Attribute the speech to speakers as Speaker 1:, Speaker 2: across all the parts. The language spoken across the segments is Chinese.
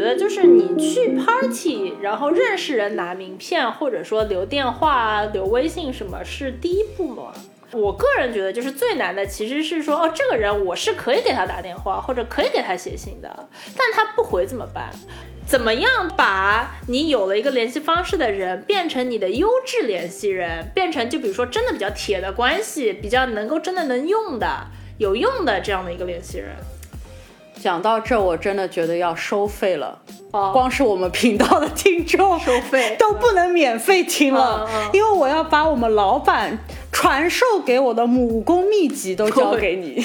Speaker 1: 得就是你去 party，然后认识人拿名片，或者说留电话啊、留微信什么，是第一步嘛。我个人觉得，就是最难的其实是说，哦，这个人我是可以给他打电话或者可以给他写信的，但他不回怎么办？怎么样把你有了一个联系方式的人变成你的优质联系人，变成就比如说真的比较铁的关系，比较能够真的能用的、有用的这样的一个联系人？
Speaker 2: 讲到这，我真的觉得要收费了。
Speaker 1: 哦，
Speaker 2: 光是我们频道的听众
Speaker 1: 收费
Speaker 2: 都不能免费听了
Speaker 1: 嗯嗯嗯，
Speaker 2: 因为我要把我们老板传授给我的武功秘籍都交给你。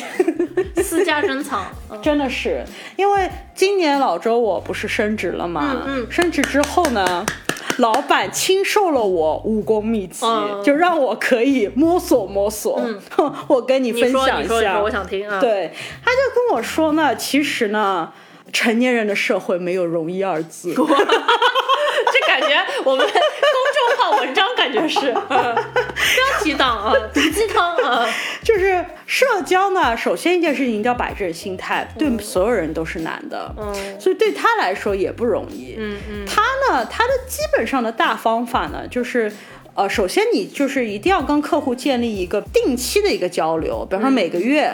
Speaker 1: 私家珍藏，嗯
Speaker 2: 真的是，因为今年老周我不是升职了嘛，
Speaker 1: 嗯嗯
Speaker 2: 升职之后呢，老板亲授了我武功秘籍，
Speaker 1: 嗯
Speaker 2: 就让我可以摸索摸索。 我跟你
Speaker 1: 你
Speaker 2: 分
Speaker 1: 说
Speaker 2: 享
Speaker 1: 你
Speaker 2: 一
Speaker 1: 说你
Speaker 2: 下
Speaker 1: 说，我，想听啊。，
Speaker 2: 对，他就跟我说呢，其实呢，成年人的社会没有容易二 字。
Speaker 1: 这感觉我们公众号文章感觉 是、嗯标题党啊，毒鸡汤啊，
Speaker 2: 就是社交呢，首先一件事情一定要摆正心态，对所有人都是难的，
Speaker 1: 嗯
Speaker 2: 所以对他来说也不容易。
Speaker 1: 嗯嗯
Speaker 2: 他呢，他的基本上的大方法呢，就是。呃，首先你就是一定要跟客户建立一个定期的一个交流，
Speaker 1: 嗯
Speaker 2: 比方说每个月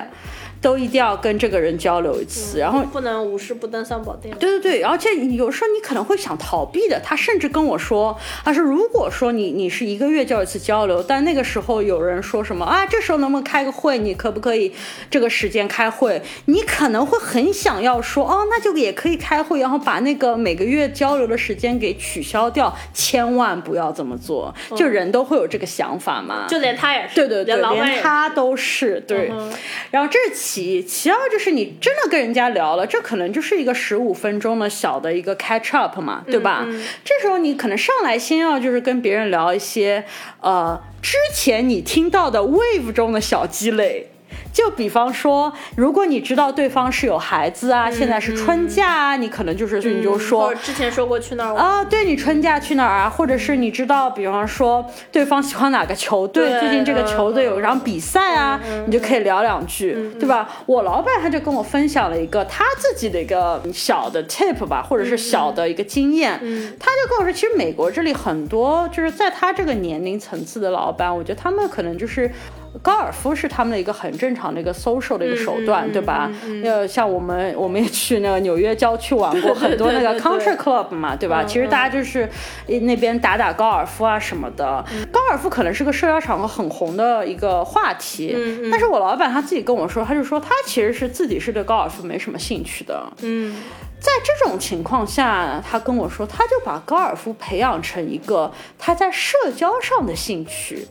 Speaker 2: 都一定要跟这个人交流一次，然后
Speaker 1: 不能无事不登三宝殿。
Speaker 2: 对对对，而且你有时候你可能会想逃避的。他甚至跟我说，他说如果说你你是一个月交一次交流，但那个时候有人说什么啊，这时候能不能开个会？你可不可以这个时间开会？你可能会很想要说哦，那就也可以开会，然后把那个每个月交流的时间给取消掉。千万不要这么做，就人都会有这个想法嘛。
Speaker 1: 就连他也是，
Speaker 2: 对对对，
Speaker 1: 连老板也
Speaker 2: 连
Speaker 1: 是
Speaker 2: 他都是对。
Speaker 1: 嗯哼
Speaker 2: 然后这是其一，其二就是你真的跟人家聊了，这可能就是一个十五分钟的小的一个 catch up 嘛，
Speaker 1: 嗯
Speaker 2: 对吧？这时候你可能上来先要就是跟别人聊一些呃之前你听到的 wave 中的小积累。就比方说，如果你知道对方是有孩子啊，现在是春假啊，你可能就是你就
Speaker 1: 嗯
Speaker 2: 说，
Speaker 1: 或者之前说过去那儿玩，
Speaker 2: 啊，对你春假去哪儿啊？或者是你知道，比方说对方喜欢哪个球队，
Speaker 1: 对
Speaker 2: 最近这个
Speaker 1: 嗯
Speaker 2: 球队有一场比赛啊，你就可以聊两句，
Speaker 1: 嗯
Speaker 2: 对吧？我老板他就跟我分享了一个他自己的一个小的 tip 吧，或者是小的一个经验，
Speaker 1: 嗯
Speaker 2: 他就跟我说，其实美国这里很多就是在他这个年龄层次的老板，我觉得他们可能就是。高尔夫是他们的一个很正常的一个 social 的一个手段，
Speaker 1: 嗯嗯
Speaker 2: 对吧？
Speaker 1: 嗯嗯
Speaker 2: 呃，像我们我们也去那个纽约郊区玩过很多那
Speaker 1: 对
Speaker 2: 个
Speaker 1: 对嗯
Speaker 2: country club 嘛，对吧？其实大家就是呃那边打打高尔夫啊什么的。
Speaker 1: 嗯
Speaker 2: 高尔夫可能是个社交场合很红的一个话题，
Speaker 1: 嗯嗯
Speaker 2: 但是我老板他自己跟我说，他就说他其实是自己是对高尔夫没什么兴趣的。
Speaker 1: 嗯
Speaker 2: 在这种情况下，他跟我说，他就把高尔夫培养成一个他在社交上的兴趣。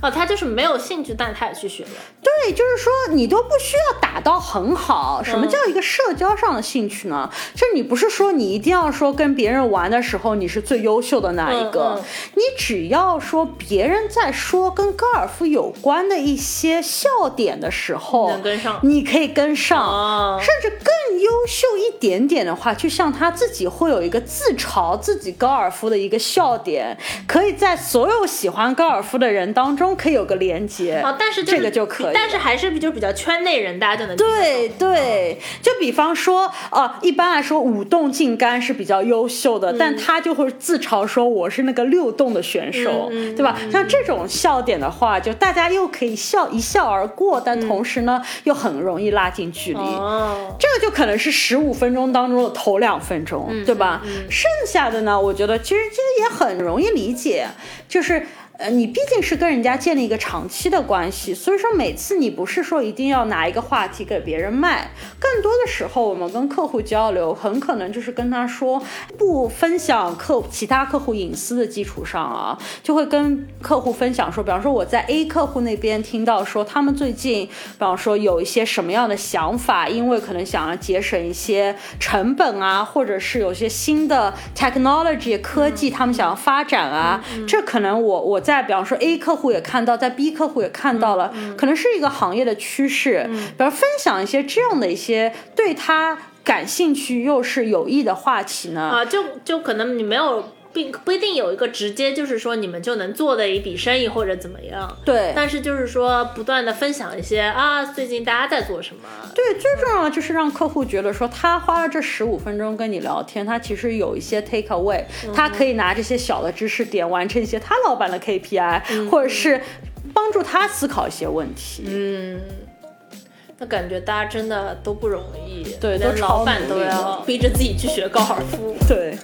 Speaker 1: 哦，他就是没有兴趣，但他也去学了。
Speaker 2: 对，就是说你都不需要打到很好。什么
Speaker 1: 嗯
Speaker 2: 叫一个社交上的兴趣呢？就是你不是说你一定要说跟别人玩的时候你是最优秀的那一个，
Speaker 1: 嗯嗯
Speaker 2: 你只要说别人在说跟高尔夫有关的一些笑点的时候，
Speaker 1: 能跟上
Speaker 2: 你可以跟上。
Speaker 1: 哦，
Speaker 2: 甚至更优秀一点点的话，就像他自己会有一个自嘲自己高尔夫的一个笑点，可以在所有喜欢高尔夫的人当中可以有个连接。
Speaker 1: 哦，但是就是
Speaker 2: 这个就可以
Speaker 1: 但是还是比就比较圈内人，大家就能听得懂
Speaker 2: 对
Speaker 1: 嗯
Speaker 2: 对，就比方说，呃，一般来说五洞进杆是比较优秀的，
Speaker 1: 嗯
Speaker 2: 但他就会自嘲说我是那个六洞的选手，
Speaker 1: 嗯嗯
Speaker 2: 对吧？像这种笑点的话，就大家又可以笑一笑而过，但同时呢，又很容易拉近距离。
Speaker 1: 嗯哦，
Speaker 2: 这个就可能是十五分钟当中的头两分钟，对吧？剩下的呢，我觉得其实其实也很容易理解，就是。呃，你毕竟是跟人家建立一个长期的关系，所以说每次你不是说一定要拿一个话题给别人卖，更多的时候我们跟客户交流，很可能就是跟他说不分享客其他客户隐私的基础上啊，就会跟客户分享说，比方说我在 A 客户那边听到说他们最近，比方说有一些什么样的想法，因为可能想要节省一些成本啊，或者是有些新的 technology 科技，他们想要发展啊，这可能我我在比方说 A 客户也看到，在 B 客户也看到了，可能是一个行业的趋势，比方分享一些这样的一些对他感兴趣又是有益的话题呢，
Speaker 1: 哦啊，就就可能你没有并不一定有一个直接就是说你们就能做的一笔生意或者怎么样。
Speaker 2: 对，
Speaker 1: 但是就是说，不断的分享一些啊，最近大家在做什么，
Speaker 2: 对，最重要的就是让客户觉得说，他花了这十五分钟跟你聊天，他其实有一些 take away，、他可以拿这些小的知识点完成一些他老板的 KPI，、或者是帮助他思考一些问题。
Speaker 1: 那感觉大家真的都不容易，
Speaker 2: 对都
Speaker 1: 连
Speaker 2: 超
Speaker 1: 老板
Speaker 2: 努
Speaker 1: 都
Speaker 2: 力
Speaker 1: 要逼着自己去学高尔夫。
Speaker 2: 对，